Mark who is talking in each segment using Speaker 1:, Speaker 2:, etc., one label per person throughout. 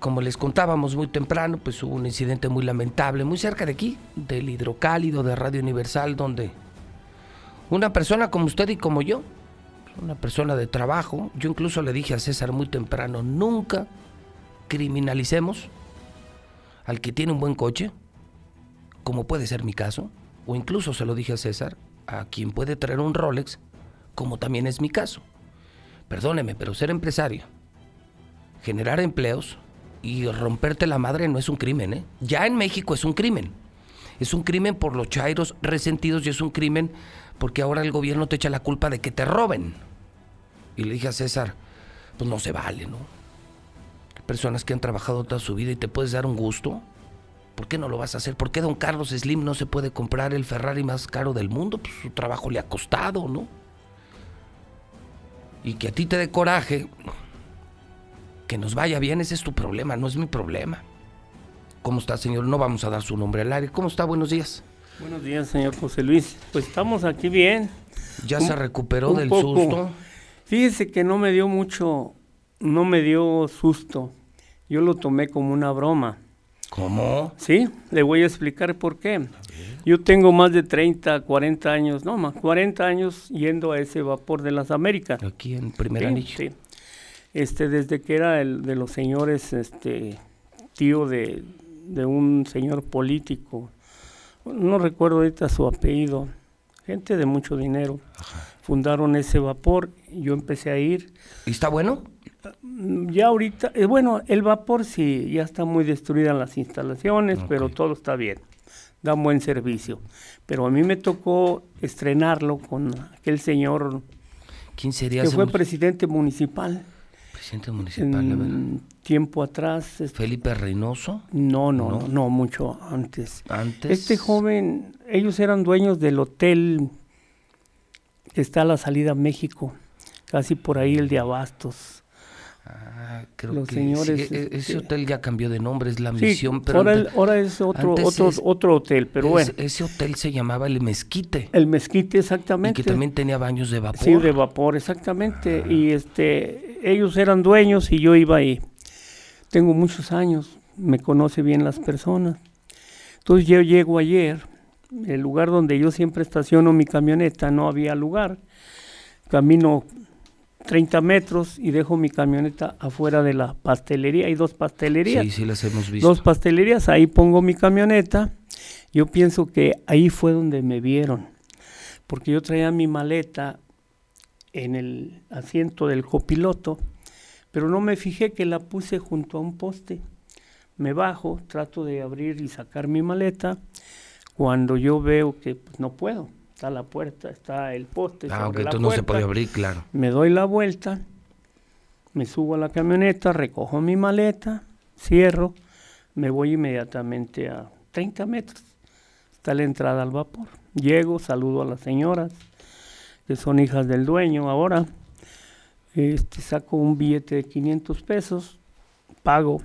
Speaker 1: Como les contábamos muy temprano, pues hubo un incidente muy lamentable, muy cerca de aquí, del hidrocálido de Radio Universal, donde una persona como usted y como yo, una persona de trabajo, yo incluso le dije a César muy temprano, nunca criminalicemos al que tiene un buen coche, como puede ser mi caso, o incluso se lo dije a César, a quien puede traer un Rolex, como también es mi caso. Perdóneme, pero ser empresario, generar empleos, y romperte la madre no es un crimen, ¿eh? Ya en México es un crimen. Es un crimen por los chairos resentidos y es un crimen porque ahora el gobierno te echa la culpa de que te roben. Y le dije a César, pues no se vale, ¿no? Personas que han trabajado toda su vida y te puedes dar un gusto. ¿Por qué no lo vas a hacer? ¿Por qué don Carlos Slim no se puede comprar el Ferrari más caro del mundo? Pues su trabajo le ha costado, ¿no? Y que a ti te dé coraje, que nos vaya bien, ese es tu problema, no es mi problema. ¿Cómo está, señor? No vamos a dar su nombre al aire. ¿Cómo está? Buenos días.
Speaker 2: Buenos días, señor José Luis. Pues estamos aquí bien.
Speaker 1: ¿Ya se recuperó
Speaker 2: un
Speaker 1: del
Speaker 2: poco.
Speaker 1: susto?
Speaker 2: Fíjese que no me dio mucho, no me dio susto. Yo lo tomé como una broma.
Speaker 1: ¿Cómo?
Speaker 2: Sí, le voy a explicar por qué. Yo tengo más de 30, 40 años, no más, 40 años yendo a ese vapor de las Américas.
Speaker 1: Aquí en primer
Speaker 2: Sí,
Speaker 1: anillo.
Speaker 2: sí. Este, desde que era el de los señores, este, tío de, de un señor político, no recuerdo ahorita su apellido, gente de mucho dinero, fundaron ese vapor, yo empecé a ir.
Speaker 1: ¿Y está bueno?
Speaker 2: Mm, Ya ahorita, eh, bueno, el vapor sí, ya está muy destruida las instalaciones, pero
Speaker 1: Ok.
Speaker 2: todo está bien, da buen servicio. Pero a mí me tocó estrenarlo con aquel señor
Speaker 1: 15 días.
Speaker 2: que fue
Speaker 1: hemos-
Speaker 2: presidente municipal
Speaker 1: presidente municipal, la verdad.
Speaker 2: en tiempo atrás. este,
Speaker 1: Felipe Reynoso,
Speaker 2: no, no,
Speaker 1: ¿No?
Speaker 2: no, mucho antes.
Speaker 1: antes.
Speaker 2: Este joven, ellos eran dueños del hotel que está a la salida a México, casi por ahí el de Abastos.
Speaker 1: Ah, creo
Speaker 2: los
Speaker 1: que
Speaker 2: señores,
Speaker 1: sí, e- e- ese
Speaker 2: este-
Speaker 1: hotel ya cambió de nombre, es la
Speaker 2: Sí,
Speaker 1: misión. pero
Speaker 2: ahora,
Speaker 1: antes-
Speaker 2: el- ahora es otro
Speaker 1: antes
Speaker 2: otro
Speaker 1: es-
Speaker 2: otro hotel, pero
Speaker 1: es-
Speaker 2: bueno,
Speaker 1: Ese hotel se llamaba El Mezquite.
Speaker 2: el mezquite
Speaker 1: Y
Speaker 2: exactamente.
Speaker 1: que también tenía baños de vapor.
Speaker 2: Sí, de vapor, exactamente. Y este, ellos eran dueños y yo iba ahí. Tengo muchos años, me conoce bien las personas. Entonces yo llego ayer, el lugar donde yo siempre estaciono mi camioneta, no había lugar. Camino 30 metros y dejo mi camioneta afuera de la pastelería. Hay dos pastelerías.
Speaker 1: sí, sí, las hemos visto.
Speaker 2: dos pastelerías, ahí pongo mi camioneta. Yo pienso que ahí fue donde me vieron, porque yo traía mi maleta en el asiento del copiloto, pero no me fijé que la puse junto a un poste. Me bajo, trato de abrir y sacar mi maleta, cuando yo veo que pues, no puedo, está la puerta, está el poste.
Speaker 1: ah, ok,
Speaker 2: sobre la
Speaker 1: entonces no se
Speaker 2: puerta.
Speaker 1: podía abrir, claro.
Speaker 2: Me doy la vuelta, me subo a la camioneta, recojo mi maleta, cierro, me voy inmediatamente a 30 metros. Está la entrada al vapor. Llego, saludo a las señoras, que son hijas del dueño ahora. Este, saco un billete de 500 pesos, pago,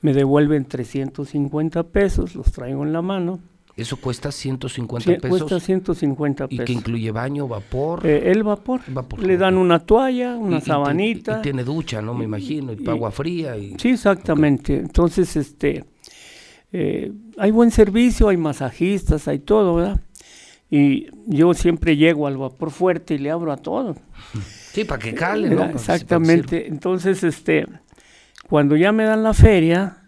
Speaker 2: me devuelven 350 pesos, los traigo en la mano.
Speaker 1: Eso cuesta 150
Speaker 2: Cien-
Speaker 1: pesos.
Speaker 2: Cuesta 150
Speaker 1: Y
Speaker 2: pesos.
Speaker 1: que incluye baño, vapor.
Speaker 2: Eh, el vapor.
Speaker 1: Vapor,
Speaker 2: Le dan
Speaker 1: ok.
Speaker 2: una toalla, una
Speaker 1: y- y ti-
Speaker 2: sabanita.
Speaker 1: Y, tiene ducha, ¿no? Me imagino. Y,
Speaker 2: y-
Speaker 1: agua fría. Y,
Speaker 2: Sí, exactamente. Entonces, este, eh, hay buen servicio, hay masajistas, hay todo, ¿verdad? Y yo siempre llego al vapor fuerte y le abro a todo.
Speaker 1: sí, para que cale, ¿no? Para
Speaker 2: ¿verdad?
Speaker 1: que se- para que sirva.
Speaker 2: Eh, Exactamente. Entonces, este, cuando ya me dan la feria,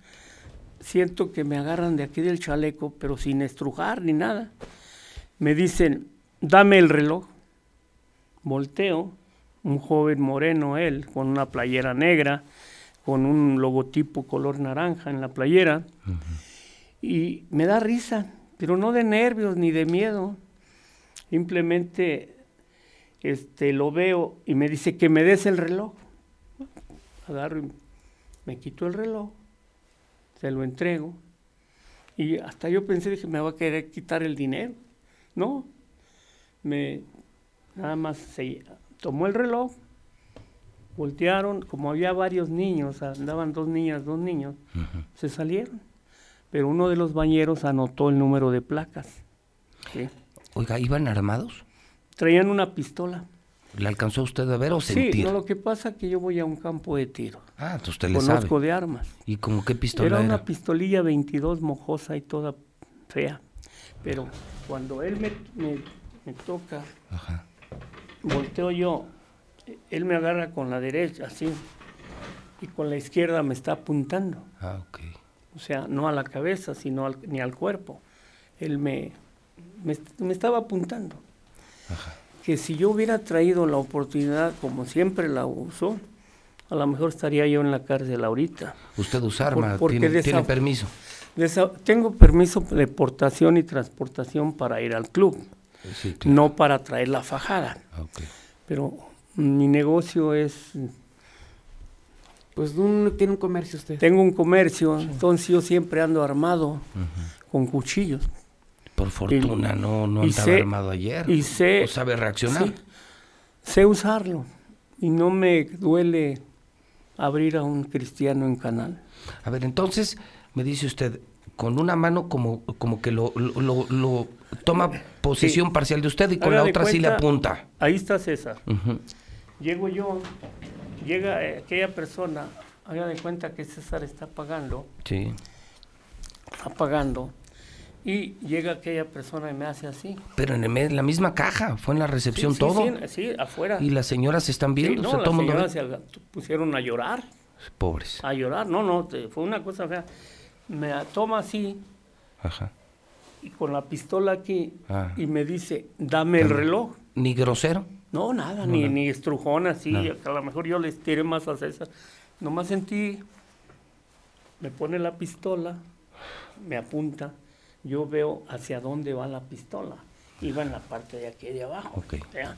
Speaker 2: siento que me agarran de aquí del chaleco, pero sin estrujar ni nada. Me dicen, dame el reloj. Volteo, un joven moreno él, con una playera negra, con un logotipo color naranja en la playera. Y me da risa, pero no de nervios ni de miedo. Simplemente este, lo veo y me dice que me des el reloj. Agarro y me quito el reloj, se lo entrego. Y hasta yo pensé que me va a querer quitar el dinero. No, me nada más se tomó el reloj, voltearon, como había varios niños, andaban dos niñas, dos niños, se salieron. Pero uno de los bañeros anotó el número de placas. ¿sí?
Speaker 1: Oiga, ¿iban armados?
Speaker 2: Traían una pistola.
Speaker 1: ¿Le alcanzó usted a ver o
Speaker 2: Sí,
Speaker 1: sentir?
Speaker 2: no, lo que pasa es que yo voy a un campo de tiro.
Speaker 1: Ah, entonces usted le sabe.
Speaker 2: Conozco de armas.
Speaker 1: ¿Y como qué pistola
Speaker 2: Era
Speaker 1: era?
Speaker 2: una pistolilla 22 mojosa y toda fea. Pero cuando él me, me- me toca,
Speaker 1: Ajá.
Speaker 2: volteo yo, eh, él me agarra con la derecha, así, y con la izquierda me está apuntando.
Speaker 1: Ah, ok.
Speaker 2: O sea, no a la cabeza, sino al- ni al cuerpo. Él me, me, est- me estaba apuntando. Que si yo hubiera traído la oportunidad, como siempre la uso, a lo mejor estaría yo en la cárcel ahorita.
Speaker 1: Usted usa arma,
Speaker 2: porque
Speaker 1: tiene,
Speaker 2: de
Speaker 1: tiene
Speaker 2: esa-
Speaker 1: permiso.
Speaker 2: Desa- tengo permiso de portación y transportación para ir al club,
Speaker 1: Eh, Sí, claro.
Speaker 2: no para traer la fajada.
Speaker 1: Ah, ok.
Speaker 2: Pero mi negocio es,
Speaker 3: Pues un- tiene un comercio usted.
Speaker 2: tengo un comercio, entonces yo siempre ando armado con cuchillos.
Speaker 1: Por fortuna, no, no
Speaker 2: y
Speaker 1: andaba
Speaker 2: sé-
Speaker 1: armado ayer.
Speaker 2: y sé-
Speaker 1: ¿O sabe reaccionar?
Speaker 2: Sí. Sé usarlo y no me duele abrir a un cristiano en canal.
Speaker 1: A ver, entonces, me dice usted, con una mano como, como que lo, lo- lo- lo toma posición parcial de usted y con
Speaker 2: Haga
Speaker 1: la
Speaker 2: de
Speaker 1: otra sí le
Speaker 2: cuenta-
Speaker 1: apunta.
Speaker 2: Ahí está César.
Speaker 1: Ujú.
Speaker 2: Llego yo, llega eh, aquella persona, haga de cuenta que César está pagando.
Speaker 1: Sí.
Speaker 2: apagando y llega aquella persona y me hace así.
Speaker 1: Pero en, el me- en la misma caja, fue en la recepción
Speaker 2: sí,
Speaker 1: todo.
Speaker 2: Sí, sí, afuera.
Speaker 1: Y las señoras se están
Speaker 2: Sí,
Speaker 1: viendo.
Speaker 2: no,
Speaker 1: o sea,
Speaker 2: las
Speaker 1: todo el mundo
Speaker 2: señoras
Speaker 1: ve-
Speaker 2: se pusieron a llorar,
Speaker 1: Pobres.
Speaker 2: a llorar. No, no, te- fue una cosa fea. Me a- toma así
Speaker 1: Ajá.
Speaker 2: y con la pistola aquí
Speaker 1: Ah.
Speaker 2: y me dice, dame el reloj.
Speaker 1: Ni grosero.
Speaker 2: No, nada, ni, ni estrujón así.
Speaker 1: Nada.
Speaker 2: A lo mejor yo le estiré más a César. Nomás sentí, me pone la pistola, me apunta. Yo veo hacia dónde va la pistola. Iba en la parte de aquí de abajo.
Speaker 1: Ok.
Speaker 2: ya.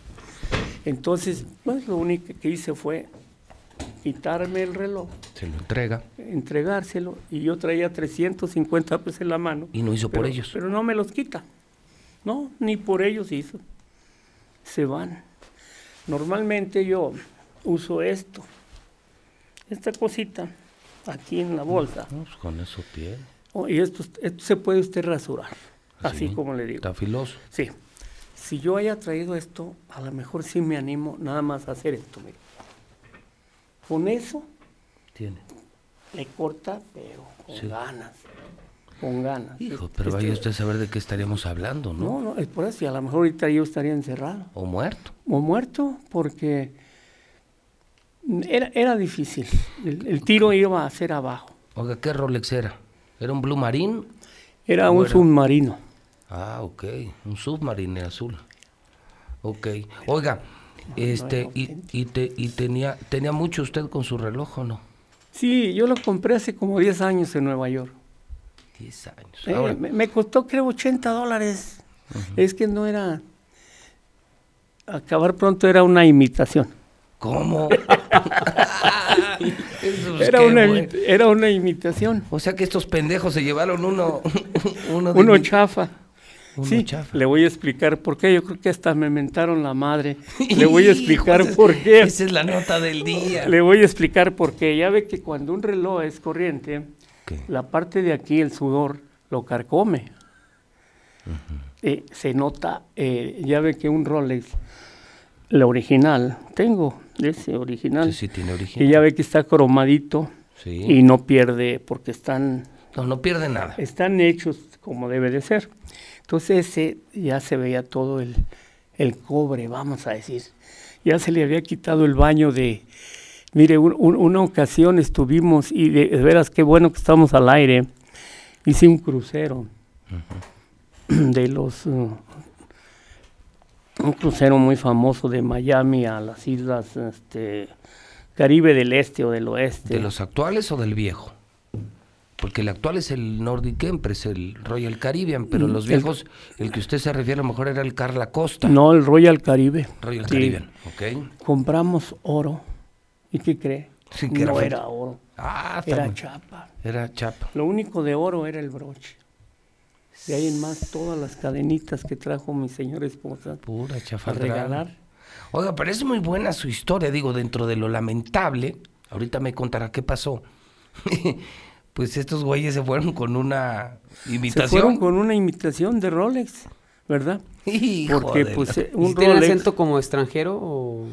Speaker 2: Entonces, pues lo único que hice fue quitarme el reloj,
Speaker 1: Se lo entrega.
Speaker 2: entregárselo, y yo traía 350 pesos en la mano.
Speaker 1: Y no hizo por
Speaker 2: pero-
Speaker 1: ellos.
Speaker 2: Pero no me los quita. No, ni por ellos hizo. Se van. Normalmente yo uso esto, esta cosita, aquí en la bolsa.
Speaker 1: No, pues con eso tiene.
Speaker 2: Oh, y esto, esto se puede usted rasurar, así
Speaker 1: Sí,
Speaker 2: como le digo.
Speaker 1: Está filoso.
Speaker 2: Sí. Si yo haya traído esto, a lo mejor sí me animo nada más a hacer esto. mire. Con eso
Speaker 1: Tiene.
Speaker 2: le corta, pero con
Speaker 1: Sí.
Speaker 2: ganas. Con ganas.
Speaker 1: Hijo,
Speaker 2: Este-
Speaker 1: pero vaya
Speaker 2: este-
Speaker 1: usted a saber de qué estaríamos hablando, ¿no?
Speaker 2: No, no, es por eso. y a lo mejor ahorita yo estaría encerrado
Speaker 1: O muerto.
Speaker 2: o muerto porque era, era difícil. El, el tiro iba a ser abajo.
Speaker 1: Oiga, ¿qué Rolex era? ¿Era un Blue Marine?
Speaker 2: Era un
Speaker 1: Bueno.
Speaker 2: submarino.
Speaker 1: Ah, ok. Un submarine azul. Ok. Oiga, este, y, y, te, y tenía, tenía mucho usted con su reloj, ¿o no?
Speaker 2: Sí, yo lo compré hace como 10 años en Nueva York.
Speaker 1: Diez años.
Speaker 2: Eh,
Speaker 1: Ahora,
Speaker 2: me, me costó creo 80 dólares. Es que no era... Acabar pronto era una imitación.
Speaker 1: ¿cómo? Eso, pues,
Speaker 2: Era
Speaker 1: qué
Speaker 2: una,
Speaker 1: bueno.
Speaker 2: imi- era una imitación.
Speaker 1: O sea que estos pendejos se llevaron uno. uno, de
Speaker 2: Uno
Speaker 1: mi-
Speaker 2: chafa.
Speaker 1: uno
Speaker 2: sí,
Speaker 1: chafa.
Speaker 2: le voy a explicar por qué. Yo creo que hasta me mentaron la madre. Le voy a explicar
Speaker 1: Hijos,
Speaker 2: por qué.
Speaker 1: Esa es la nota del día.
Speaker 2: Le voy a explicar por qué. Ya ve que cuando un reloj es corriente,
Speaker 1: ¿Qué?
Speaker 2: la parte de aquí, el sudor, lo carcome. Eh, se nota, eh, ya ve que un Rolex, la original, tengo ese original,
Speaker 1: Sí, sí tiene origen.
Speaker 2: y ya ve que está cromadito
Speaker 1: Sí.
Speaker 2: y no pierde porque están,
Speaker 1: No, no pierde nada.
Speaker 2: están hechos como debe de ser. Entonces ese ya se veía todo el, el cobre, vamos a decir. Ya se le había quitado el baño de... Mire, un- un- una ocasión estuvimos, y de, de veras qué bueno que estamos al aire, hice un crucero de los... uh, un crucero muy famoso de Miami a las islas este, Caribe del Este o del Oeste.
Speaker 1: ¿De los actuales o del viejo? Porque el actual es el Nordic Empress, el Royal Caribbean, pero
Speaker 2: Mm,
Speaker 1: los viejos, el que usted se refiere a lo mejor era el Carla Costa.
Speaker 2: no, el Royal Caribe.
Speaker 1: Royal
Speaker 2: Sí.
Speaker 1: Caribbean, ¿ok?
Speaker 2: compramos oro. ¿Y qué cree?
Speaker 1: Sí, que
Speaker 2: no
Speaker 1: era-
Speaker 2: era oro,
Speaker 1: Ah, está
Speaker 2: era
Speaker 1: muy-
Speaker 2: chapa.
Speaker 1: era chapa.
Speaker 2: Lo único de oro era el broche. De ahí en más, todas las cadenitas que trajo mi señora esposa
Speaker 1: Pura
Speaker 2: a
Speaker 1: chafa.
Speaker 2: regalar.
Speaker 1: Oiga, pero es muy buena su historia, digo, dentro de lo lamentable. Ahorita me contará qué pasó. pues estos güeyes se fueron con una
Speaker 2: Se
Speaker 1: invitación.
Speaker 2: fueron con una imitación de Rolex, ¿verdad?
Speaker 1: Hijo
Speaker 2: Porque,
Speaker 1: de
Speaker 2: pues,
Speaker 1: la-
Speaker 2: eh, un
Speaker 3: ¿Tiene
Speaker 2: Rolex-
Speaker 3: acento como extranjero o...?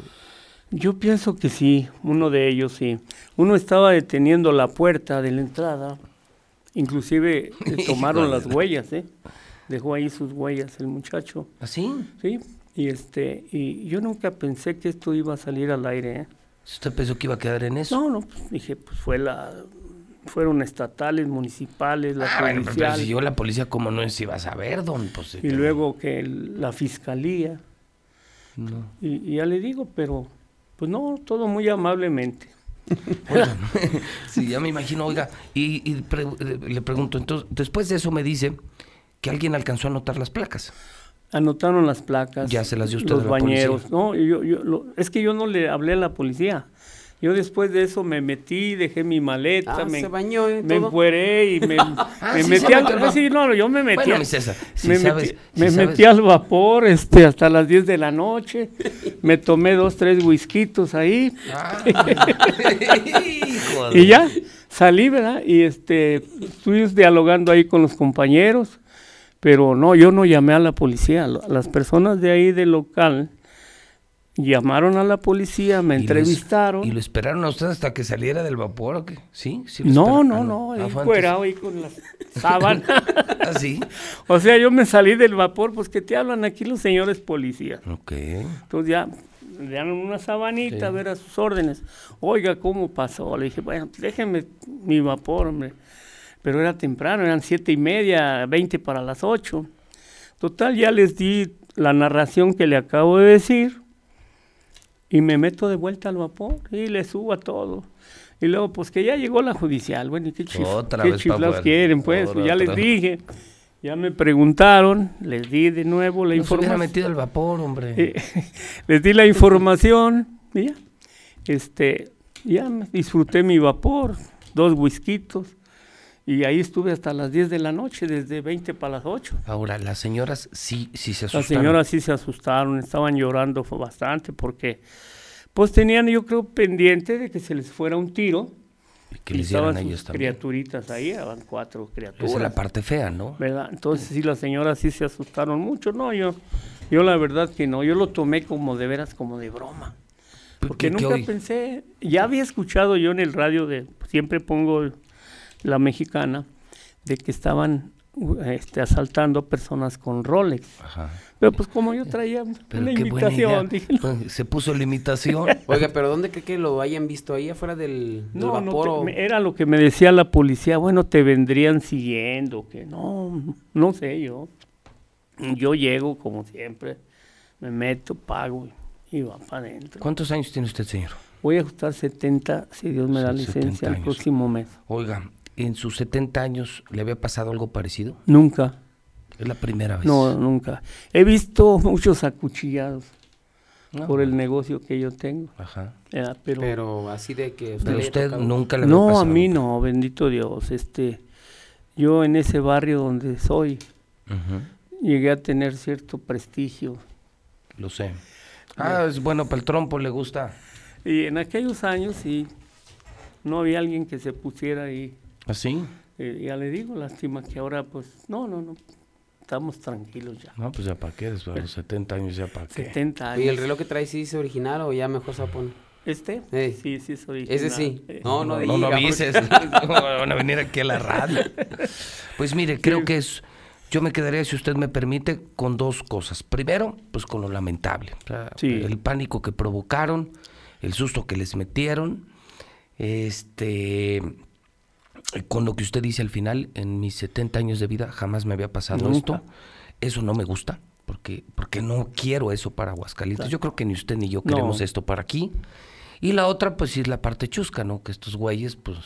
Speaker 2: Yo pienso que sí, uno de ellos sí. Uno estaba deteniendo la puerta de la entrada, inclusive le tomaron
Speaker 1: Híjole.
Speaker 2: las huellas, ¿eh? Dejó ahí sus huellas el muchacho,
Speaker 1: ¿Ah, ¿Así?
Speaker 2: ¿sí? Y este, y yo nunca pensé que esto iba a salir al aire, ¿eh?
Speaker 1: ¿Usted pensó que iba a quedar en eso?
Speaker 2: No, no, pues, dije, pues fue la, fueron estatales, municipales, la
Speaker 1: Ah, bueno,
Speaker 2: judicial,
Speaker 1: pero, si yo la policía, ¿cómo no se iba a saber, don? Pues,
Speaker 2: y
Speaker 1: este,
Speaker 2: luego que el- la fiscalía,
Speaker 1: no.
Speaker 2: y, y ya le digo, pero, pues no, todo muy amablemente.
Speaker 1: Sí, ya me imagino, oiga, y, y pre- eh, le pregunto, entonces, después de eso me dice que alguien alcanzó a anotar las placas.
Speaker 2: Anotaron las placas.
Speaker 1: Ya se las dio usted
Speaker 2: Los
Speaker 1: a la
Speaker 2: bañeros.
Speaker 1: policía.
Speaker 2: No, yo, yo- lo- es que yo no le hablé a la policía. Yo después de eso me metí, dejé mi maleta,
Speaker 3: Ah,
Speaker 2: me,
Speaker 3: se bañó y
Speaker 2: me
Speaker 3: todo.
Speaker 2: encueré y me, me
Speaker 1: sí,
Speaker 2: metí
Speaker 1: se
Speaker 2: al
Speaker 1: metió,
Speaker 2: ah, sí, no, yo me metí.
Speaker 1: Bueno,
Speaker 2: a-
Speaker 1: mi César, si
Speaker 2: me
Speaker 1: sabes-
Speaker 2: metí,
Speaker 1: si
Speaker 2: me
Speaker 1: sabes-
Speaker 2: metí al vapor este, hasta las 10 de la noche. me tomé dos, tres whiskitos ahí.
Speaker 1: Ah, hijo de-
Speaker 2: Y ya salí, ¿verdad? Y este, estuvimos dialogando ahí con los compañeros, pero no, yo no llamé a la policía. Lo- Las personas de ahí del local llamaron a la policía, me
Speaker 1: Y lo es-
Speaker 2: entrevistaron.
Speaker 1: ¿Y lo esperaron a usted hasta que saliera del vapor o qué? ¿Sí? ¿Sí lo
Speaker 2: no,
Speaker 1: esperaron?
Speaker 2: no,
Speaker 1: Ah,
Speaker 2: no,
Speaker 1: Ah,
Speaker 2: ahí
Speaker 1: fue antes.
Speaker 2: encuerado ahí con las sábanas.
Speaker 1: ¿Ah, sí?
Speaker 2: o sea, yo me salí del vapor, pues que te hablan aquí los señores policías.
Speaker 1: Ok.
Speaker 2: Entonces ya le dan una sabanita a
Speaker 1: Sí.
Speaker 2: ver a sus órdenes. Oiga, ¿cómo pasó? Le dije, bueno, déjenme mi vapor, hombre. Pero era temprano, eran siete y media, veinte para las ocho. Total, ya les di la narración que le acabo de decir y me meto de vuelta al vapor y le subo a todo. Y luego, pues que ya llegó la judicial. Bueno, ¿y qué, chif-
Speaker 1: Otra
Speaker 2: qué
Speaker 1: vez pa'
Speaker 2: chiflados
Speaker 1: afuera.
Speaker 2: quieren? Pues
Speaker 1: Otra,
Speaker 2: ya les
Speaker 1: otra.
Speaker 2: dije, ya me preguntaron, les di de nuevo la
Speaker 1: No se hubiera
Speaker 2: información.
Speaker 1: metido el vapor, hombre.
Speaker 2: Eh, les di la información y ya. Este, ya me disfruté mi vapor, dos whiskitos. Y ahí estuve hasta las 10 de la noche, desde 20 para las 8.
Speaker 1: Ahora, las señoras sí, sí se
Speaker 2: Las
Speaker 1: asustaron.
Speaker 2: señoras sí se asustaron, estaban llorando fue bastante porque pues tenían yo creo pendiente de que se les fuera un tiro.
Speaker 1: Y Que
Speaker 2: y
Speaker 1: le hicieran
Speaker 2: estaban
Speaker 1: a ellos
Speaker 2: sus
Speaker 1: también.
Speaker 2: criaturitas ahí, eran cuatro
Speaker 1: Esa
Speaker 2: criaturas.
Speaker 1: es la parte fea, ¿no?
Speaker 2: ¿verdad? Entonces sí, las señoras sí se asustaron mucho. No, yo, yo la verdad que no, yo lo tomé como de veras, como de broma. Porque
Speaker 1: Pues, ¿Qué- qué
Speaker 2: nunca
Speaker 1: hoy?
Speaker 2: pensé, ya había escuchado yo en el radio de, siempre pongo la mexicana, de que estaban uh, este, asaltando personas con Rolex.
Speaker 1: Ajá.
Speaker 2: Pero pues como yo traía un-
Speaker 1: Pero
Speaker 2: una
Speaker 1: qué buena idea.
Speaker 2: invitación, dije, no,
Speaker 1: Pues, Se puso la imitación.
Speaker 3: Oiga, pero ¿dónde cree que lo hayan visto? ¿Ahí afuera del, del
Speaker 2: no, no
Speaker 3: vapor
Speaker 2: te-
Speaker 3: o...?
Speaker 2: me- era lo que me decía la policía, bueno, te vendrían siguiendo, que no, no sé yo. Yo llego como siempre, me meto, pago y va para adentro.
Speaker 1: ¿Cuántos años tiene usted, señor?
Speaker 2: Voy a ajustar 70, si Dios me da
Speaker 1: Son
Speaker 2: licencia,
Speaker 1: 70
Speaker 2: el
Speaker 1: años.
Speaker 2: próximo mes.
Speaker 1: Oiga, en sus 70 años le había pasado algo parecido.
Speaker 2: Nunca.
Speaker 1: Es la primera vez.
Speaker 2: No, nunca. He visto muchos acuchillados
Speaker 1: No.
Speaker 2: por el negocio que yo tengo.
Speaker 1: Ajá.
Speaker 2: ¿verdad? Pero,
Speaker 3: Pero así de que...
Speaker 1: Pero
Speaker 3: le haya
Speaker 1: usted
Speaker 3: tocado.
Speaker 1: nunca le había
Speaker 2: no,
Speaker 1: pasado.
Speaker 2: a mí no, bendito Dios. Este, yo en ese barrio donde soy
Speaker 1: Ujú,
Speaker 2: llegué a tener cierto prestigio.
Speaker 1: Lo sé. Ah, es bueno, para el trompo le gusta.
Speaker 2: Y en aquellos años sí, no había alguien que se pusiera ahí.
Speaker 1: ¿Así?
Speaker 2: Eh, ya le digo, lástima que ahora pues, no, no, no, estamos tranquilos ya.
Speaker 1: No, pues ya para qué, después de los 70 años ya para qué.
Speaker 2: 70 años.
Speaker 3: ¿Y el reloj que trae sí dice original o ya mejor se pone?
Speaker 2: ¿Este?
Speaker 3: Ey.
Speaker 2: Sí, sí, es original.
Speaker 3: Ese sí.
Speaker 2: Eh,
Speaker 3: No, no,
Speaker 1: no, no
Speaker 3: diga,
Speaker 1: avises.
Speaker 3: porque-
Speaker 1: Van a venir aquí a la radio. Pues mire, creo que es. Yo me quedaría, si usted me permite, con dos cosas. Primero, pues con lo lamentable. O sea,
Speaker 2: Sí.
Speaker 1: El pánico que provocaron, el susto que les metieron. Este. Con lo que usted dice al final, en mis 70 años de vida jamás me había pasado
Speaker 2: Nunca.
Speaker 1: esto. Eso no me gusta, porque, porque no quiero eso para Aguascalientes. Yo creo que ni usted ni yo
Speaker 2: No.
Speaker 1: queremos esto para aquí. Y la otra, pues sí, es la parte chusca, ¿no? Que estos güeyes, pues.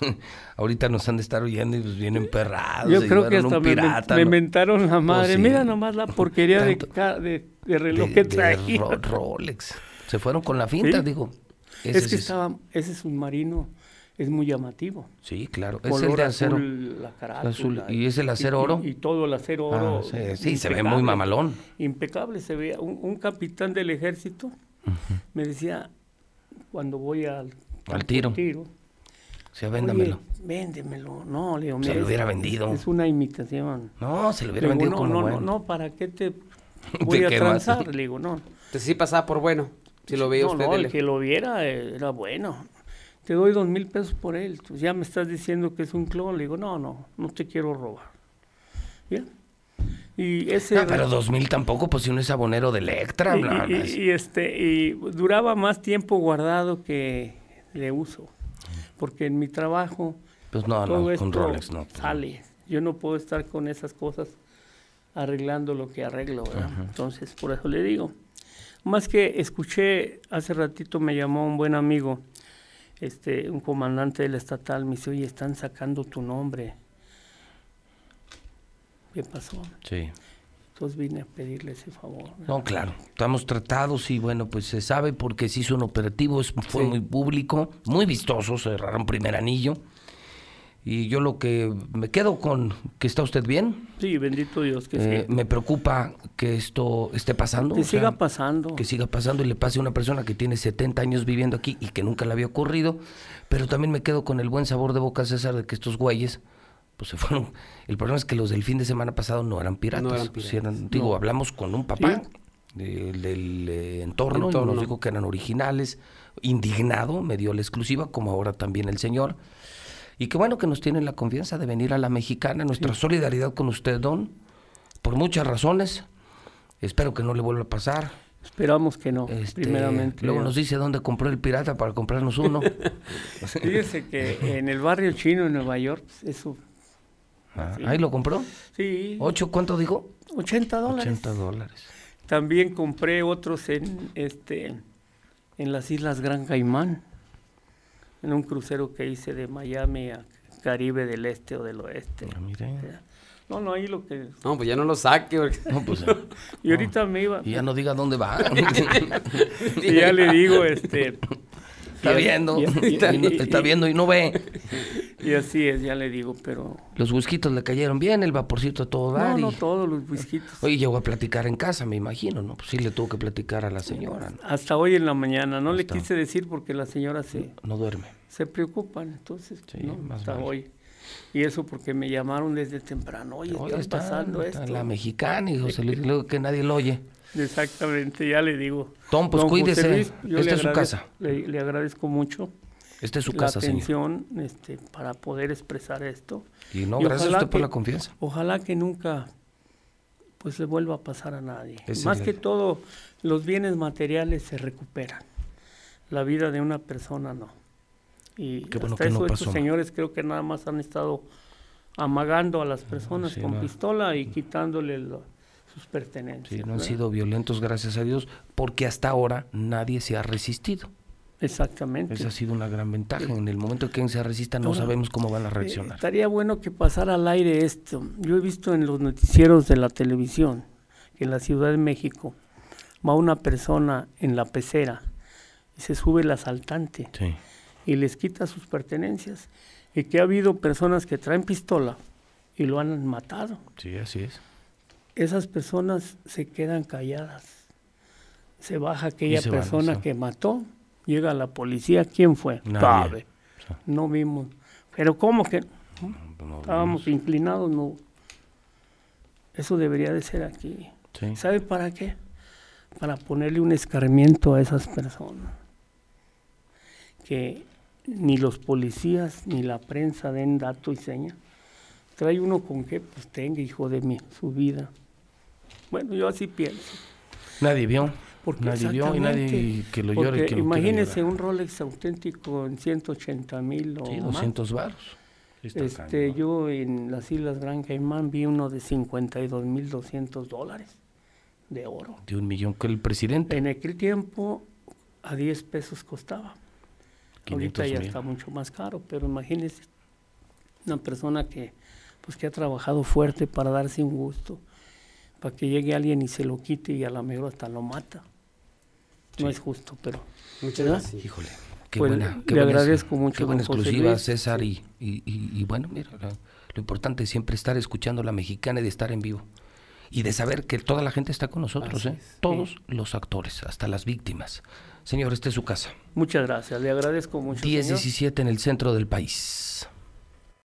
Speaker 1: ahorita nos han de estar oyendo y pues vienen perrados.
Speaker 2: Yo
Speaker 1: y
Speaker 2: creo que
Speaker 1: llevaron
Speaker 2: hasta
Speaker 1: pues, un
Speaker 2: me,
Speaker 1: pirata,
Speaker 2: men-
Speaker 1: ¿no? Oh,
Speaker 2: me mentaron la madre.
Speaker 1: sí.
Speaker 2: Mira nomás la porquería de,
Speaker 1: Tanto-
Speaker 2: ca- de, de
Speaker 1: De-
Speaker 2: reloj que
Speaker 1: de
Speaker 2: traía.
Speaker 1: Ro- Rolex. Se fueron con la finta,
Speaker 2: Sí.
Speaker 1: digo. Ese
Speaker 2: es
Speaker 1: sí
Speaker 2: que estaba, ese submarino es muy llamativo.
Speaker 1: Sí, claro. Es
Speaker 2: Color
Speaker 1: el de acero. Ah,
Speaker 2: azul, la carátula,
Speaker 1: Azul. ¿Y es el acero oro?
Speaker 2: Y, y todo el acero
Speaker 1: Ah,
Speaker 2: oro.
Speaker 1: sí, sí, se ve muy
Speaker 2: impecable.
Speaker 1: mamalón.
Speaker 2: Impecable se veía. Un, un capitán del ejército me decía, cuando voy al,
Speaker 1: Al tiro. Sí, véndamelo.
Speaker 2: "Oye, véndemelo. No, le digo,
Speaker 1: Se
Speaker 2: "Mira,
Speaker 1: lo hubiera
Speaker 2: es-
Speaker 1: vendido.
Speaker 2: Es una imitación.
Speaker 1: No, se lo hubiera
Speaker 2: Le digo,
Speaker 1: vendido
Speaker 2: no,
Speaker 1: como
Speaker 2: no,
Speaker 1: bueno. Ah,
Speaker 2: no, no, ¿para qué te voy
Speaker 1: Te
Speaker 2: a
Speaker 1: quemaste.
Speaker 2: transar. Le digo, no.
Speaker 3: Entonces sí pasaba por bueno, si lo veía
Speaker 2: no,
Speaker 3: usted.
Speaker 2: no,
Speaker 3: de
Speaker 2: el
Speaker 3: lejos.
Speaker 2: que lo viera eh, era bueno. Te doy dos mil pesos por él. Tú ya me estás diciendo que es un clon. Le digo, no, no, no te quiero robar. Bien. Y ese.
Speaker 1: No, pero 2000 tampoco, pues si uno es abonero de Electra,
Speaker 2: eh. y-
Speaker 1: bla,
Speaker 2: y-
Speaker 1: bla, es-
Speaker 2: y este, y duraba más tiempo guardado que de uso. Porque en mi trabajo.
Speaker 1: pues no,
Speaker 2: todo
Speaker 1: no, con
Speaker 2: esto
Speaker 1: Rolex no.
Speaker 2: sale. Yo no puedo estar con esas cosas arreglando lo que arreglo, ¿verdad? Entonces, por eso le digo. Más que escuché, hace ratito me llamó un buen amigo, este, un comandante del estatal, me dice, oye, están sacando tu nombre. ¿Qué pasó?
Speaker 1: Sí.
Speaker 2: Entonces vine a pedirle ese favor. ¿verdad?
Speaker 1: No, claro, estamos tratados y bueno, pues se sabe porque se hizo un operativo, es- fue
Speaker 3: Sí.
Speaker 1: muy público, muy vistoso, cerraron primer anillo. Y yo lo que me quedo con que está usted bien.
Speaker 2: Sí, bendito Dios que
Speaker 1: Eh,
Speaker 2: sí.
Speaker 1: Me preocupa que esto esté pasando.
Speaker 2: Que
Speaker 1: o sea,
Speaker 2: siga pasando.
Speaker 1: que siga pasando y le pase a una persona que tiene 70 años viviendo aquí y que nunca le había ocurrido, pero también me quedo con el buen sabor de boca, César, de que estos güeyes, pues se fueron. El problema es que los del fin de semana pasado no eran piratas.
Speaker 3: No eran
Speaker 1: pues,
Speaker 3: piratas,
Speaker 1: eran- digo, hablamos con un papá del, del, eh, entorno, y
Speaker 3: Entorno.
Speaker 1: nos dijo que eran originales, indignado, me dio la exclusiva, como ahora también el señor. Y qué bueno que nos tienen la confianza de venir a la mexicana, nuestra solidaridad con usted, don, por muchas razones. Espero que no le vuelva a pasar.
Speaker 2: Esperamos que no,
Speaker 1: Este,
Speaker 2: primeramente.
Speaker 1: Luego
Speaker 2: Dios.
Speaker 1: nos dice dónde compró el pirata para comprarnos uno.
Speaker 2: Fíjese que en el barrio chino en Nueva York, pues, eso,
Speaker 1: Ah, Ahí lo compró.
Speaker 2: sí,
Speaker 1: ¿Ocho? ¿Cuánto dijo?
Speaker 2: 80 dólares.
Speaker 1: 80 dólares.
Speaker 2: También compré otros en, este, en las Islas Gran Caimán, en un crucero que hice de Miami a Caribe del Este o del Oeste.
Speaker 1: Ah, mire.
Speaker 2: No, no, ahí lo que...
Speaker 3: No, pues ya no lo saque. porque-
Speaker 1: No, pues,
Speaker 2: Y ahorita me iba...
Speaker 1: y ya no diga dónde va.
Speaker 2: Y ya le digo, este...
Speaker 1: está
Speaker 2: y-
Speaker 1: viendo.
Speaker 2: y- y-
Speaker 1: y no- está viendo y no ve.
Speaker 2: Y así es, ya le digo, pero...
Speaker 1: Los whiskitos le cayeron bien, el vaporcito a todo
Speaker 2: No,
Speaker 1: dar.
Speaker 2: no
Speaker 1: y-
Speaker 2: todos los whiskitos.
Speaker 1: Oye, llegó a platicar en casa, me imagino, ¿no? Pues sí le tuvo que platicar a la señora. No,
Speaker 2: Hasta hoy en la mañana, no le
Speaker 1: Hasta-
Speaker 2: quise decir porque la señora se...
Speaker 1: No duerme.
Speaker 2: se preocupan, entonces,
Speaker 1: Sí,
Speaker 2: ¿no?
Speaker 1: más
Speaker 2: hasta
Speaker 1: vale.
Speaker 2: hoy. Y eso porque me llamaron desde temprano, oye,
Speaker 1: Oye,
Speaker 2: está
Speaker 1: está-
Speaker 2: pasando
Speaker 1: está
Speaker 2: esto.
Speaker 1: La mexicana y José Luis, luego que nadie lo oye.
Speaker 2: Exactamente, ya le digo.
Speaker 1: Tom, pues
Speaker 2: Don José
Speaker 1: cuídese,
Speaker 2: Luis, yo
Speaker 1: esta
Speaker 2: le
Speaker 1: es su
Speaker 2: agradez-
Speaker 1: casa.
Speaker 2: Le, le agradezco mucho
Speaker 1: Esta es su
Speaker 2: la
Speaker 1: casa, señor.
Speaker 2: atención este, para poder expresar esto.
Speaker 1: Y no,
Speaker 2: Y
Speaker 1: gracias a
Speaker 2: ojalá
Speaker 1: usted por
Speaker 2: que-
Speaker 1: la confianza.
Speaker 2: Ojalá que nunca pues le vuelva a pasar a nadie.
Speaker 1: Esa
Speaker 2: Más
Speaker 1: es
Speaker 2: que
Speaker 1: la-
Speaker 2: todo, los bienes materiales se recuperan. La vida de una persona no. Y
Speaker 1: Qué bueno
Speaker 2: hasta
Speaker 1: que
Speaker 2: eso
Speaker 1: no
Speaker 2: estos
Speaker 1: pasó.
Speaker 2: señores creo que nada más han estado amagando a las personas
Speaker 1: sí,
Speaker 2: con
Speaker 1: no.
Speaker 2: pistola y quitándole lo- sus pertenencias.
Speaker 1: Sí, no han
Speaker 2: ¿verdad?
Speaker 1: sido violentos, gracias a Dios, porque hasta ahora nadie se ha resistido.
Speaker 2: Exactamente.
Speaker 1: Esa ha sido una gran ventaja. En el momento que se resista, no
Speaker 2: Ahora,
Speaker 1: sabemos cómo van a
Speaker 2: Eh,
Speaker 1: reaccionar.
Speaker 2: Estaría bueno que pasara al aire esto. Yo he visto en los noticieros de la televisión que en la Ciudad de México va una persona en la pecera y se sube el asaltante
Speaker 1: Sí,
Speaker 2: y les quita sus pertenencias. Y que ha habido personas que traen pistola y lo han matado.
Speaker 1: sí, así es.
Speaker 2: Esas personas se quedan calladas. Se baja aquella
Speaker 1: se van,
Speaker 2: persona
Speaker 1: sí.
Speaker 2: que mató, llega la policía, ¿quién fue?
Speaker 1: Nadie.
Speaker 2: Sabe.
Speaker 1: Sí.
Speaker 2: No vimos. Pero ¿cómo que? Estábamos inclinados, no. Eso debería de ser aquí.
Speaker 1: Sí.
Speaker 2: ¿Sabe para qué? Para ponerle un escarmiento a esas personas. Que ni los policías ni la prensa den dato y seña. Trae uno con que pues tenga, hijo de mí, su vida. Bueno, yo así pienso.
Speaker 1: Nadie vio.
Speaker 2: Porque
Speaker 1: nadie vio y nadie
Speaker 2: exactamente,
Speaker 1: que lo llore.
Speaker 2: porque
Speaker 1: Que lo quiera
Speaker 2: imagínese
Speaker 1: llorar.
Speaker 2: un Rolex auténtico en 180 mil o
Speaker 1: Sí,
Speaker 2: más.
Speaker 1: 200 varos. Sí, está
Speaker 2: Este,
Speaker 1: cañón.
Speaker 2: yo en las Islas Gran Caimán vi uno de 52.200 dólares de oro.
Speaker 1: De un millón que el presidente.
Speaker 2: En aquel tiempo a 10 pesos costaba.
Speaker 1: 500
Speaker 2: Ahorita ya
Speaker 1: mil.
Speaker 2: está mucho más caro, pero imagínese una persona que pues que ha trabajado fuerte para darse un gusto, para que llegue alguien y se lo quite y a lo mejor hasta lo mata. No es justo, pero
Speaker 3: Muchas
Speaker 2: ¿Verdad?
Speaker 3: gracias.
Speaker 1: Híjole, qué
Speaker 2: Pues,
Speaker 1: buena. Qué
Speaker 2: le
Speaker 1: buena-
Speaker 2: agradezco mucho,
Speaker 1: Qué
Speaker 2: don
Speaker 1: buena
Speaker 2: José
Speaker 1: exclusiva,
Speaker 2: Luis.
Speaker 1: César. Y, y- y- y bueno, mira, la- lo importante es siempre estar escuchando la mexicana y de estar en vivo. Y de saber que toda la gente está con nosotros,
Speaker 3: Así
Speaker 1: ¿eh?
Speaker 3: es.
Speaker 1: Todos los actores, hasta las víctimas. Señor, esta es su casa.
Speaker 2: muchas gracias, le agradezco mucho. señor.
Speaker 1: 10-17 en el centro del país.